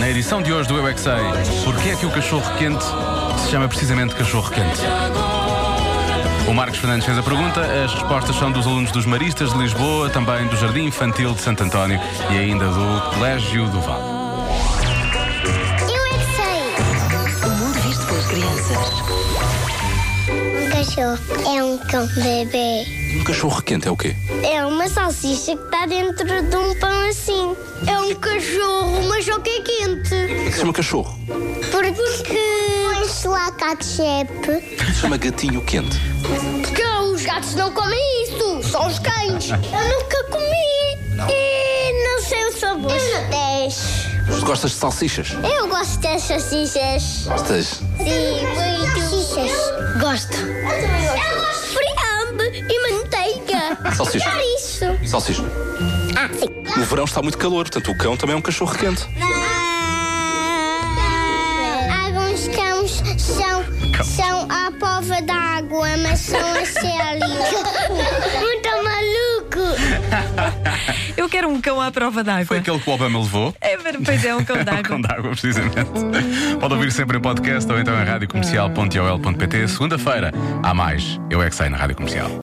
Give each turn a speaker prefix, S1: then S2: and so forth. S1: na edição de hoje do Eu é que Sei, porquê é que o cachorro quente se chama precisamente cachorro quente? O Marcos Fernandes fez a pergunta, as respostas são dos alunos dos Maristas de Lisboa, também do Jardim Infantil de Santo António e ainda do Colégio do Vale.
S2: Eu é que sei.
S3: O mundo visto pelas crianças.
S2: Um cachorro é um cão bebê.
S1: E um cachorro quente é o quê?
S2: É uma salsicha que está dentro de um pão assim. É um cachorro, mas só que é quente.
S1: É que se chama cachorro.
S2: Porque. Põe-se lá ketchup.
S1: Se chama gatinho quente.
S2: Porque os gatos não comem isso, só os cães. Eu nunca comi. E não sei o sabor. Eu não deixo.
S1: Tu gostas de salsichas?
S2: Eu gosto das salsichas.
S1: Gostas?
S2: Sim, muito. Salsichas. Gosto. Eu também gosto. Eu gosto de friambe e manteiga.
S1: Salsicha.
S2: Adoro isso.
S1: Salsicha.
S2: Ah, sim.
S1: No verão está muito calor, portanto o cão também é um cachorro quente.
S2: Alguns cães são, são à prova d'água, mas são a sério. Muito maluco.
S3: Eu quero um cão à prova
S1: Foi
S3: d'água.
S1: aquele que o Obama levou.
S3: É, ver- pois é, um cão
S1: É o cão
S3: d'água.
S1: d'água, precisamente. Pode ouvir sempre em podcast ou então em radiocomercial.ol.pt. Segunda-feira, há mais. Eu é que sei na Rádio Comercial.